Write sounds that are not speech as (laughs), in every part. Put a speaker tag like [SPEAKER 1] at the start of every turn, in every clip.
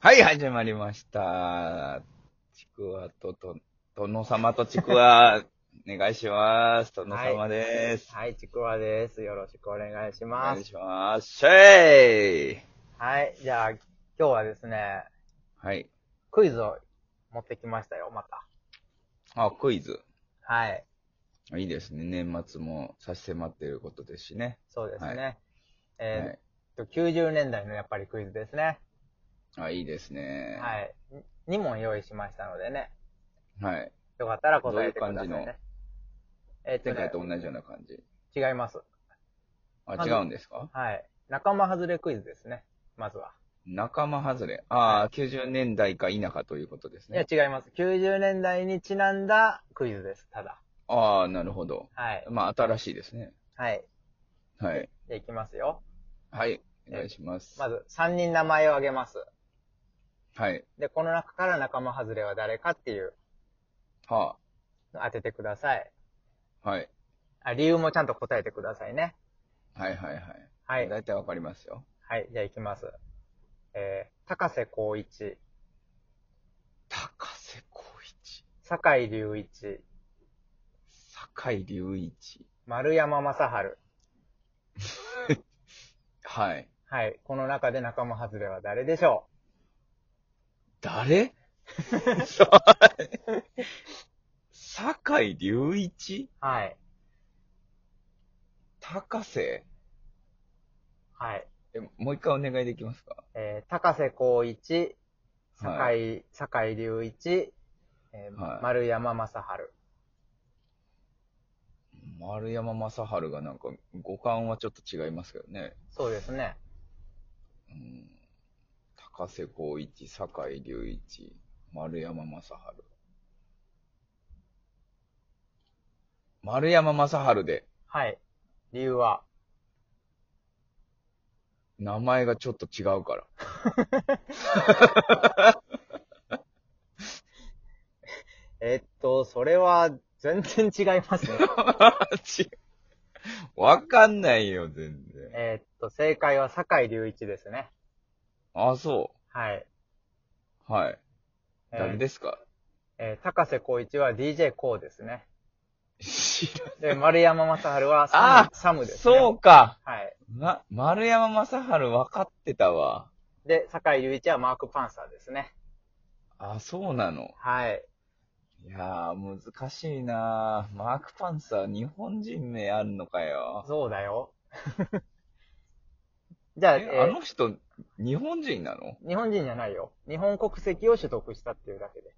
[SPEAKER 1] はい、始まりました。ちくわと、と、殿様とちく (laughs) わ、お願いします。殿様です。
[SPEAKER 2] はい、ちくわです。よろしくお願いし
[SPEAKER 1] お
[SPEAKER 2] ま
[SPEAKER 1] 願い
[SPEAKER 2] す。
[SPEAKER 1] します。シェイ
[SPEAKER 2] はい、じゃあ、今日はですね、
[SPEAKER 1] はい。
[SPEAKER 2] クイズを持ってきましたよ、また。
[SPEAKER 1] あ、クイズ。
[SPEAKER 2] はい、
[SPEAKER 1] いいですね。年末も差し迫っていることですしね。
[SPEAKER 2] そうですね。
[SPEAKER 1] は
[SPEAKER 2] えーっと、90年代のやっぱりクイズですね。
[SPEAKER 1] はい。あ、いいですね。
[SPEAKER 2] はい。2問用意しましたのでね、
[SPEAKER 1] はい。
[SPEAKER 2] よかったら答えてください
[SPEAKER 1] どういう感
[SPEAKER 2] ね。えーっと
[SPEAKER 1] 前回
[SPEAKER 2] ね
[SPEAKER 1] と、同じような感じ。
[SPEAKER 2] 違います。
[SPEAKER 1] あ、
[SPEAKER 2] まず
[SPEAKER 1] 違うんですか
[SPEAKER 2] はい。仲間外れクイズですね、まずは。
[SPEAKER 1] 仲間外れ。ああ、90年代か否かということです
[SPEAKER 2] いや、
[SPEAKER 1] ね。
[SPEAKER 2] 違います。90年代にちなんだクイズです、ただ。
[SPEAKER 1] ああ、なるほど。
[SPEAKER 2] はい。
[SPEAKER 1] まあ、新しいですね。
[SPEAKER 2] はい。
[SPEAKER 1] はい。
[SPEAKER 2] じゃあ、いきますよ。
[SPEAKER 1] はい。お願いします。
[SPEAKER 2] まず、3人名前を挙げます。
[SPEAKER 1] はい。
[SPEAKER 2] で、この中から仲間外れは誰かっていう
[SPEAKER 1] は
[SPEAKER 2] のを当ててください。
[SPEAKER 1] あ。はい。
[SPEAKER 2] あ、理由もちゃんと答えてくださいね。
[SPEAKER 1] はいはいはい。
[SPEAKER 2] はい。
[SPEAKER 1] だいたいわかりますよ。
[SPEAKER 2] はい。じゃあ行きます。えー、高瀬光一、
[SPEAKER 1] 高瀬光一、
[SPEAKER 2] 酒井隆一、
[SPEAKER 1] 坂井隆一。
[SPEAKER 2] 丸山正春。
[SPEAKER 1] はい。
[SPEAKER 2] はい。この中で仲間外れは誰でしょ
[SPEAKER 1] 誰 (laughs) 坂井隆一
[SPEAKER 2] うはい。
[SPEAKER 1] 高瀬
[SPEAKER 2] はい。
[SPEAKER 1] え、もう一回お願いできますか
[SPEAKER 2] えー、高瀬光一、酒井、
[SPEAKER 1] は
[SPEAKER 2] 酒井隆一、えー
[SPEAKER 1] はい
[SPEAKER 2] 丸山正春。
[SPEAKER 1] 丸山正春がなんか五感はちょっと違いますけどね。
[SPEAKER 2] そうですね。
[SPEAKER 1] うん、高瀬光一、坂井隆一、丸山正春。丸山正春で。
[SPEAKER 2] はい。理由は
[SPEAKER 1] 名前がちょっと違うから。 (laughs)
[SPEAKER 2] えーっと、それは全然違いますね。
[SPEAKER 1] ちわかんないよ、全然。
[SPEAKER 2] えーっと、正解は酒井隆一ですね。
[SPEAKER 1] あ、そ
[SPEAKER 2] はい。
[SPEAKER 1] う。はい。
[SPEAKER 2] えー
[SPEAKER 1] 誰ですか、
[SPEAKER 2] えー高瀬光一は DJ コーですね。
[SPEAKER 1] 知ら
[SPEAKER 2] で、丸山正春は
[SPEAKER 1] あ
[SPEAKER 2] サムサム
[SPEAKER 1] ん
[SPEAKER 2] ですね。
[SPEAKER 1] そうか。
[SPEAKER 2] はい。
[SPEAKER 1] な、丸山正春分かってたわ。
[SPEAKER 2] で、酒井隆一はマークパンサーですね。
[SPEAKER 1] あ、そうなの。
[SPEAKER 2] はい。
[SPEAKER 1] いやー、難しいなーマークパンサー、日本人名あるのかよ。
[SPEAKER 2] そうだよ。 (laughs) じゃあ、え
[SPEAKER 1] え、あ
[SPEAKER 2] ー
[SPEAKER 1] の人、日本人なの
[SPEAKER 2] 日本人じゃないよ。日本国籍を取得したっていうだけで。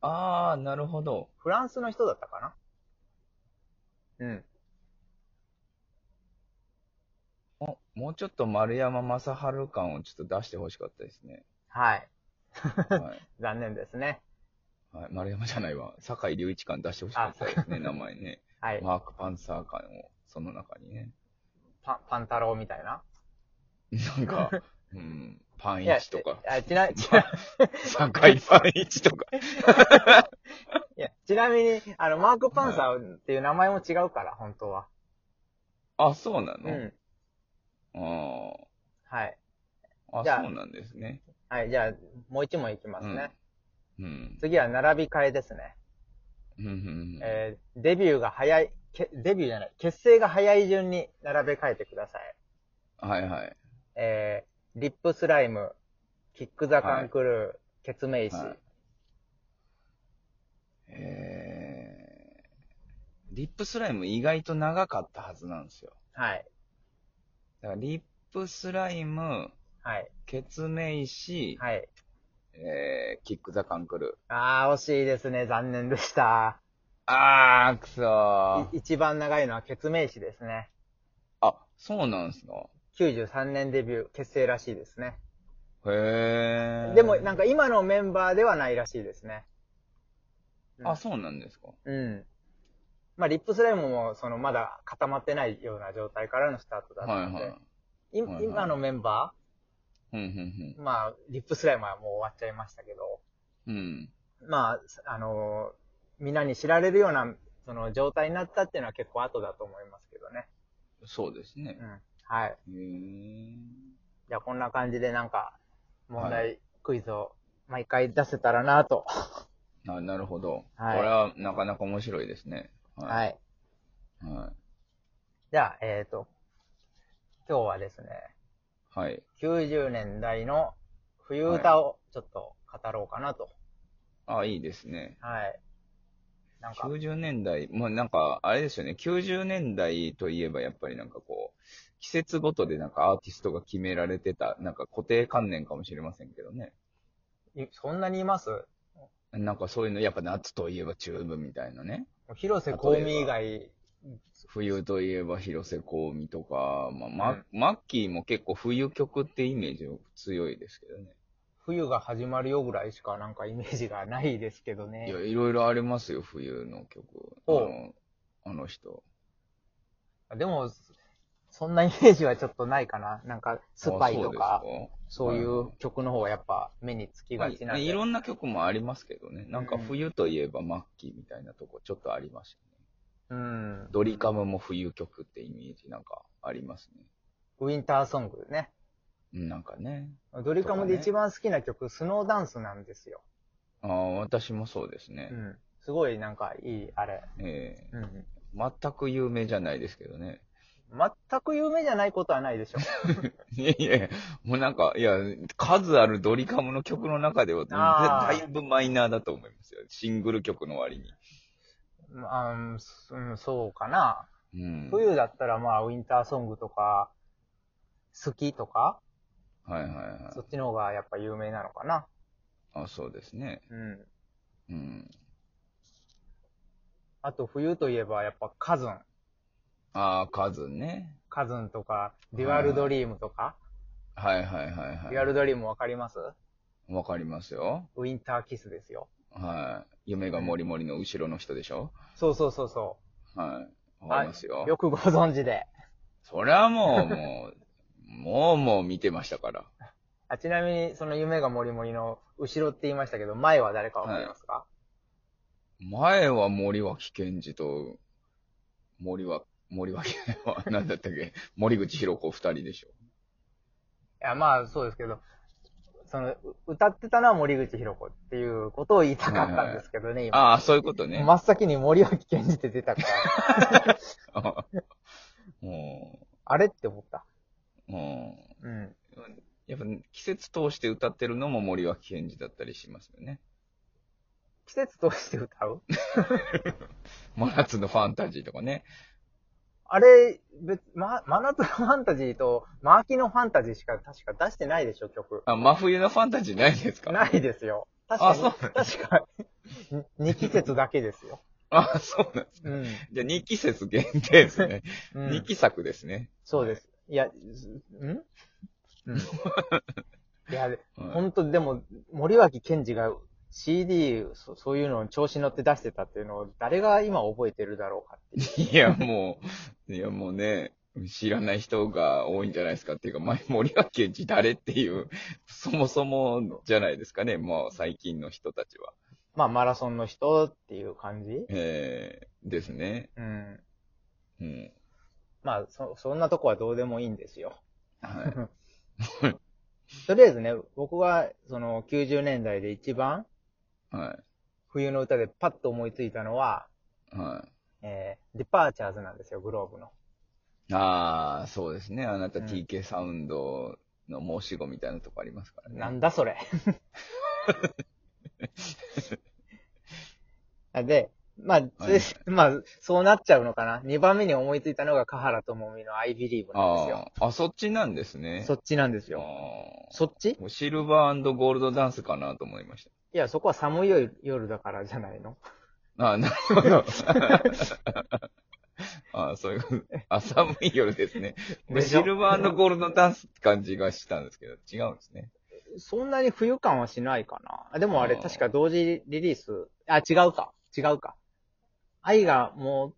[SPEAKER 1] あー、なるほど。
[SPEAKER 2] フランスの人だったかなうん。
[SPEAKER 1] ももうちょっと丸山正春感をちょっと出してほしかったです
[SPEAKER 2] (laughs)
[SPEAKER 1] ね。
[SPEAKER 2] はい。
[SPEAKER 1] はい。
[SPEAKER 2] 残念ですね。
[SPEAKER 1] はい、丸山じゃないわ。坂井隆一感出してほしかったですね、名前ね。
[SPEAKER 2] はい。
[SPEAKER 1] マーク・パンサー感を、その中にね。
[SPEAKER 2] パン、パン太郎みたいな。
[SPEAKER 1] なん
[SPEAKER 2] (laughs)
[SPEAKER 1] か、うん、パン
[SPEAKER 2] いや
[SPEAKER 1] 一とか、
[SPEAKER 2] あちな、ちな
[SPEAKER 1] 坂井パン一とか。
[SPEAKER 2] いや、ちなみに、あの、マーク・パンサーっていう名前も違うから、本当は。
[SPEAKER 1] あ、そうな
[SPEAKER 2] う
[SPEAKER 1] の、
[SPEAKER 2] ん。はい。
[SPEAKER 1] あーあ、
[SPEAKER 2] じゃあ
[SPEAKER 1] そうなんですね。
[SPEAKER 2] はい、じゃあ、もう一問いきます
[SPEAKER 1] うん
[SPEAKER 2] ね。。
[SPEAKER 1] うん。
[SPEAKER 2] 次は、並び替えですね。
[SPEAKER 1] うんうんうん
[SPEAKER 2] えー、デビューが早い、けデビューじゃない、結成が早い順に並べ替えてください。
[SPEAKER 1] はいはい。
[SPEAKER 2] えー、リップスライム、キック・ザ・カンクルー、ケツメイシ、
[SPEAKER 1] はいえー、リップスライム意外と長かったはずなんですよ。
[SPEAKER 2] はい。
[SPEAKER 1] だからリップスライム、
[SPEAKER 2] はい。
[SPEAKER 1] ケツメイシ、
[SPEAKER 2] はい。
[SPEAKER 1] えー、キック・ザ・カンクルー。
[SPEAKER 2] あー、惜しいですね。残念でした。
[SPEAKER 1] あー、く
[SPEAKER 2] (laughs)
[SPEAKER 1] そー。
[SPEAKER 2] い一番長いのはケツメイシですね。
[SPEAKER 1] あ、そうなんすか
[SPEAKER 2] 93年デビュー、結成らしいですね。
[SPEAKER 1] へえ。
[SPEAKER 2] でも、なんか今のメンバーではないらしいですね。うん
[SPEAKER 1] あ、そうなんですか
[SPEAKER 2] うん。まあ、リップスライムも、その、まだ固まってないような状態からのスタートだっ
[SPEAKER 1] はい
[SPEAKER 2] たの
[SPEAKER 1] は
[SPEAKER 2] で、
[SPEAKER 1] い。
[SPEAKER 2] い
[SPEAKER 1] はいはい
[SPEAKER 2] 今のメンバ
[SPEAKER 1] うん、うん
[SPEAKER 2] ー、まあ、リップスライムはもう終わっちゃいましたけど、
[SPEAKER 1] うん、うん。
[SPEAKER 2] まあ、あのーみんなに知られるような、その、状態になったっていうのは結構後だと思いますけどね。
[SPEAKER 1] そうですね
[SPEAKER 2] う。ん。は
[SPEAKER 1] へ
[SPEAKER 2] い。
[SPEAKER 1] え。
[SPEAKER 2] じゃあ、こんな感じでなんか、問題、
[SPEAKER 1] は
[SPEAKER 2] クイズを毎回出せたらなと。
[SPEAKER 1] ななるほど、
[SPEAKER 2] はい
[SPEAKER 1] これはなかなか面白いですね。。
[SPEAKER 2] はいい。
[SPEAKER 1] は
[SPEAKER 2] じゃあ、えっ、と、今日はですね、
[SPEAKER 1] い。はい。
[SPEAKER 2] 90年代の冬歌をちょっと語ろうかなと。
[SPEAKER 1] あ、いいですね。
[SPEAKER 2] はい。なんか、
[SPEAKER 1] 90年代、もうなんか、あれですよね、90年代といえばやっぱりなんかこう、季節ごとでなんかアーティストが決められてた、なんか固定観念かもしれませんけどね。
[SPEAKER 2] いそんなにいますも
[SPEAKER 1] なんかそういうの、やっぱ夏といえばチューブみたいなね。
[SPEAKER 2] う広瀬香美以外、
[SPEAKER 1] 冬といえば広瀬香美とか、まあ、ママッキーも結構冬曲ってイメージ強いですけどね。
[SPEAKER 2] 冬が始まるよぐらいしかなんかイメージがないですけどね
[SPEAKER 1] いや、。いろいろありますよ、冬の曲。あ
[SPEAKER 2] ほう
[SPEAKER 1] の、あの人。
[SPEAKER 2] でも、そんなイメージはちょっとないかな。なんか、スパイとか
[SPEAKER 1] あ、
[SPEAKER 2] そう
[SPEAKER 1] です
[SPEAKER 2] いう曲の方がやっぱ目につき
[SPEAKER 1] まあ
[SPEAKER 2] がちなんで。
[SPEAKER 1] いろんな曲もありますけどね。なんか
[SPEAKER 2] うん
[SPEAKER 1] 冬といえばマッキーみたいなとこちょっとありましたね。
[SPEAKER 2] うん。
[SPEAKER 1] ドリカムも冬曲ってイメージなんかありますね。
[SPEAKER 2] ウィンターソングね。
[SPEAKER 1] うんなんかね。
[SPEAKER 2] ドリカムで一番好きな曲、スノーダンスなんですよ。
[SPEAKER 1] ああ、私もそうですね
[SPEAKER 2] う。ん。すごいなんかいい、あれ。
[SPEAKER 1] ええ
[SPEAKER 2] うん。
[SPEAKER 1] 全く有名じゃないですけどね。 (laughs)
[SPEAKER 2] 全く有名じゃないことはないでしょ。 (laughs)
[SPEAKER 1] いやいや、もうなんか、いや、数あるドリカムの曲の中では、
[SPEAKER 2] あー
[SPEAKER 1] だいぶマイナーだと思いますよ。シングル曲の割に。
[SPEAKER 2] まあうん、そうんそうかな。
[SPEAKER 1] うん。
[SPEAKER 2] 冬だったらまあ、ウィンターソングとか、好きとか、
[SPEAKER 1] はいはいはい
[SPEAKER 2] そっちの方がやっぱ有名なのかな。。
[SPEAKER 1] あそうですね。
[SPEAKER 2] うん。
[SPEAKER 1] うん。
[SPEAKER 2] あと冬といえばやっぱカズン。
[SPEAKER 1] ああ、数ね。
[SPEAKER 2] カズンとか、デュアルドリームとか。
[SPEAKER 1] はいはいはい
[SPEAKER 2] デュア
[SPEAKER 1] は
[SPEAKER 2] ルドリームわかります
[SPEAKER 1] い。わかりますよ。
[SPEAKER 2] ウィンターキスですよ。
[SPEAKER 1] はい。夢がもりもりの後ろの人でしょ
[SPEAKER 2] そうそうそうそ
[SPEAKER 1] はい。わかりますよ。
[SPEAKER 2] う。よくご存知で。
[SPEAKER 1] そりゃもう、もう、もうもう見てましたから。
[SPEAKER 2] あちなみに、その夢がもりもりの後ろって言いましたけど、前は誰かわかりますか、
[SPEAKER 1] 前は森脇健児と、森は、森脇 (laughs) は、なんだったっけ、森口博子二人でしょ。
[SPEAKER 2] い、や、まあそうですけど、その、う歌ってたのは森口博子っていうことを言いたかったんですけどね、今。
[SPEAKER 1] ああ、そういうことね。
[SPEAKER 2] 真っ先に森脇健児って出たから、
[SPEAKER 1] (laughs) も
[SPEAKER 2] あれって思った。
[SPEAKER 1] う、も
[SPEAKER 2] うん。
[SPEAKER 1] う、やっぱ季節通して歌ってるのも森脇健児だったりしますよね。
[SPEAKER 2] 季節通して歌
[SPEAKER 1] (laughs)
[SPEAKER 2] う
[SPEAKER 1] 真夏のファンタジーとかね。
[SPEAKER 2] あれ、別、ま、真夏のファンタジーと、真秋のファンタジーしか確か出してないでしょ、曲。
[SPEAKER 1] あ、真冬のファンタジーないですか
[SPEAKER 2] ないですよ。確
[SPEAKER 1] あ、そう
[SPEAKER 2] かに、確かに、2季節だけですよ。
[SPEAKER 1] あ、そうなんです。
[SPEAKER 2] うん。
[SPEAKER 1] じゃあ、2季節限定ですね。(laughs)
[SPEAKER 2] う
[SPEAKER 1] 二
[SPEAKER 2] ん、
[SPEAKER 1] 期作ですね。
[SPEAKER 2] そうです。いや、ずん
[SPEAKER 1] (laughs)
[SPEAKER 2] うん。いや、
[SPEAKER 1] は
[SPEAKER 2] ほ
[SPEAKER 1] い
[SPEAKER 2] んと、でも、森脇健児が CD、そそういうのを調子に乗って出してたっていうのを、誰が今覚えてるだろうかっていう。
[SPEAKER 1] いや、もう、いや、もうね、知らない人が多いんじゃないですかっていうか、前、森脇健児誰っていう、そもそもじゃないですかね、もう最近の人たちは。
[SPEAKER 2] まあ、マラソンの人っていう感じ
[SPEAKER 1] えー、ですね。
[SPEAKER 2] うん。
[SPEAKER 1] うん。
[SPEAKER 2] まあ、そ、そんなとこはどうでもいいんですよ。
[SPEAKER 1] はい。
[SPEAKER 2] とりあえずね、僕が、その、90年代で一番、
[SPEAKER 1] は
[SPEAKER 2] 冬の歌でパッと思いついたのは、
[SPEAKER 1] い。は
[SPEAKER 2] えー、デパーチャーズなんですよ、グローブの。
[SPEAKER 1] い。ああ、そうですね。あなた
[SPEAKER 2] うん
[SPEAKER 1] TK サウンドの申し子みたいなとこありますからね。
[SPEAKER 2] なんだそれ。 (laughs) で、まあ、つ
[SPEAKER 1] はい
[SPEAKER 2] (laughs) まあ、そうなっちゃうのかな。2番目に思いついたのが、香原朋美の I Believe なんですよ。
[SPEAKER 1] ああ、あ、そっちなんですね。
[SPEAKER 2] そっちなんです
[SPEAKER 1] あ
[SPEAKER 2] よ。
[SPEAKER 1] ー
[SPEAKER 2] そっち
[SPEAKER 1] もうシルバーゴールドダンスかなと思いました。
[SPEAKER 2] いや、そこは寒い夜夜だからじゃな
[SPEAKER 1] (laughs)
[SPEAKER 2] いの。
[SPEAKER 1] ああ、なるほど。ああ、そういうこと。あ、寒い夜です
[SPEAKER 2] (laughs)
[SPEAKER 1] ね。
[SPEAKER 2] でし
[SPEAKER 1] シ
[SPEAKER 2] ょ
[SPEAKER 1] ルバーゴールドダンスって感じがしたんですけど、違うんですね。
[SPEAKER 2] そんなに冬感はしないかな。あでもあれ、
[SPEAKER 1] あー
[SPEAKER 2] 確か同時リリース。あ、違うか。違うか。愛がもう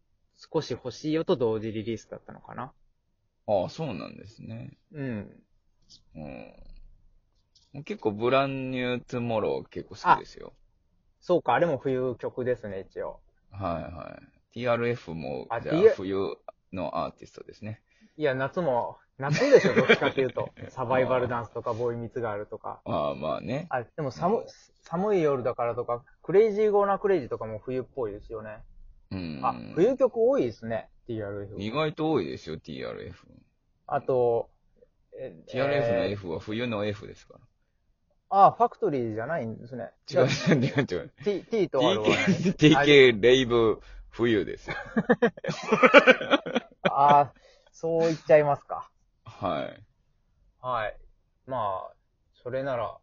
[SPEAKER 2] 少し欲しいよと同時リリースだったのかな。
[SPEAKER 1] ああ、そうなんですね。
[SPEAKER 2] うん。
[SPEAKER 1] うん。もう結構、ブランニュートゥモロー結構好きですよ。
[SPEAKER 2] そうか、あれも冬曲ですね、一応。
[SPEAKER 1] はいはい。TRF も
[SPEAKER 2] あ、
[SPEAKER 1] じゃあ
[SPEAKER 2] T R F
[SPEAKER 1] 冬のアーティストですね。
[SPEAKER 2] いや、夏も、夏でしょ、どっちかってい
[SPEAKER 1] (laughs)
[SPEAKER 2] うと。サバイバルダンスとか、ボーイミツガールとか。
[SPEAKER 1] ああ、まあね。
[SPEAKER 2] あ、でも寒い、寒い夜だからとか、クレイジーゴーナクレイジーとかも冬っぽいですよね。
[SPEAKER 1] うん。
[SPEAKER 2] あ、冬曲多いですね、
[SPEAKER 1] 意
[SPEAKER 2] TRF。
[SPEAKER 1] 外と多いですよ、TRF。
[SPEAKER 2] あと、え
[SPEAKER 1] TRF の
[SPEAKER 2] えー
[SPEAKER 1] F は冬の F ですか
[SPEAKER 2] あ、ファクトリーじゃないんですね。
[SPEAKER 1] ら。違う、違う、違う。
[SPEAKER 2] T、T と R は、ね。
[SPEAKER 1] TK、TK レイブ冬ですよ。
[SPEAKER 2] ああ、そう言っちゃいますか。
[SPEAKER 1] はい。
[SPEAKER 2] はい。まあ、それなら、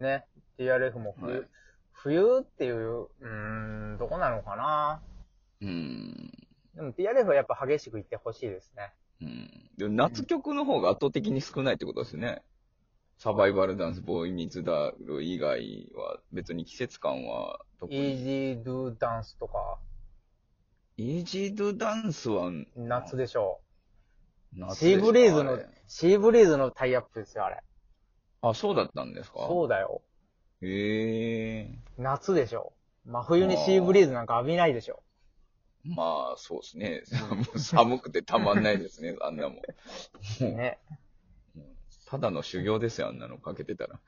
[SPEAKER 2] ね、TRF も冬、
[SPEAKER 1] はい
[SPEAKER 2] 冬っていう、うーん、どこなのかな。
[SPEAKER 1] うん。
[SPEAKER 2] でも TRF はやっぱ激しくいってほしいですね。
[SPEAKER 1] うん。でも夏曲の方が圧倒的に少ないってことですね。サバイバルダンス、ボーイミツダール以外は、別に季節感は特に。
[SPEAKER 2] Easy Do Dance とか、
[SPEAKER 1] イージードゥダンスは
[SPEAKER 2] 夏でしょう。
[SPEAKER 1] 夏
[SPEAKER 2] シ
[SPEAKER 1] です
[SPEAKER 2] ー
[SPEAKER 1] か
[SPEAKER 2] ブリーズ
[SPEAKER 1] あ
[SPEAKER 2] の
[SPEAKER 1] れ、
[SPEAKER 2] シーブリーズのタイアップですよ、あれ。
[SPEAKER 1] あ、そうだったんですか
[SPEAKER 2] そうだよ。
[SPEAKER 1] へえ。
[SPEAKER 2] 夏でしょう。真冬にシーブリーズなんか浴びないでしょ。
[SPEAKER 1] まあ、そうですね。もう (laughs) 寒くてたまんないですね、あんなもん。
[SPEAKER 2] ね。
[SPEAKER 1] ただの修行ですよ、あんなのかけてたら。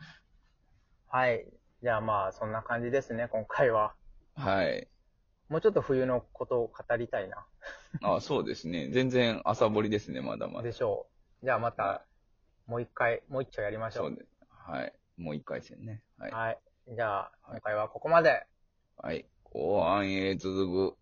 [SPEAKER 2] はい。じゃあまあ、そんな感じですね、今回は。
[SPEAKER 1] はい。
[SPEAKER 2] もうちょっと冬のことを語りたいな。
[SPEAKER 1] あそうですね。全然朝掘りですね、まだまだ。
[SPEAKER 2] でしょう。じゃあま
[SPEAKER 1] は
[SPEAKER 2] た、もう一回、もう一丁やりましょ。
[SPEAKER 1] そううではい。もう一回戦ね。はい。
[SPEAKER 2] はい。じゃあ、
[SPEAKER 1] はい
[SPEAKER 2] 今回はここまで。
[SPEAKER 1] はい。後半へ続く。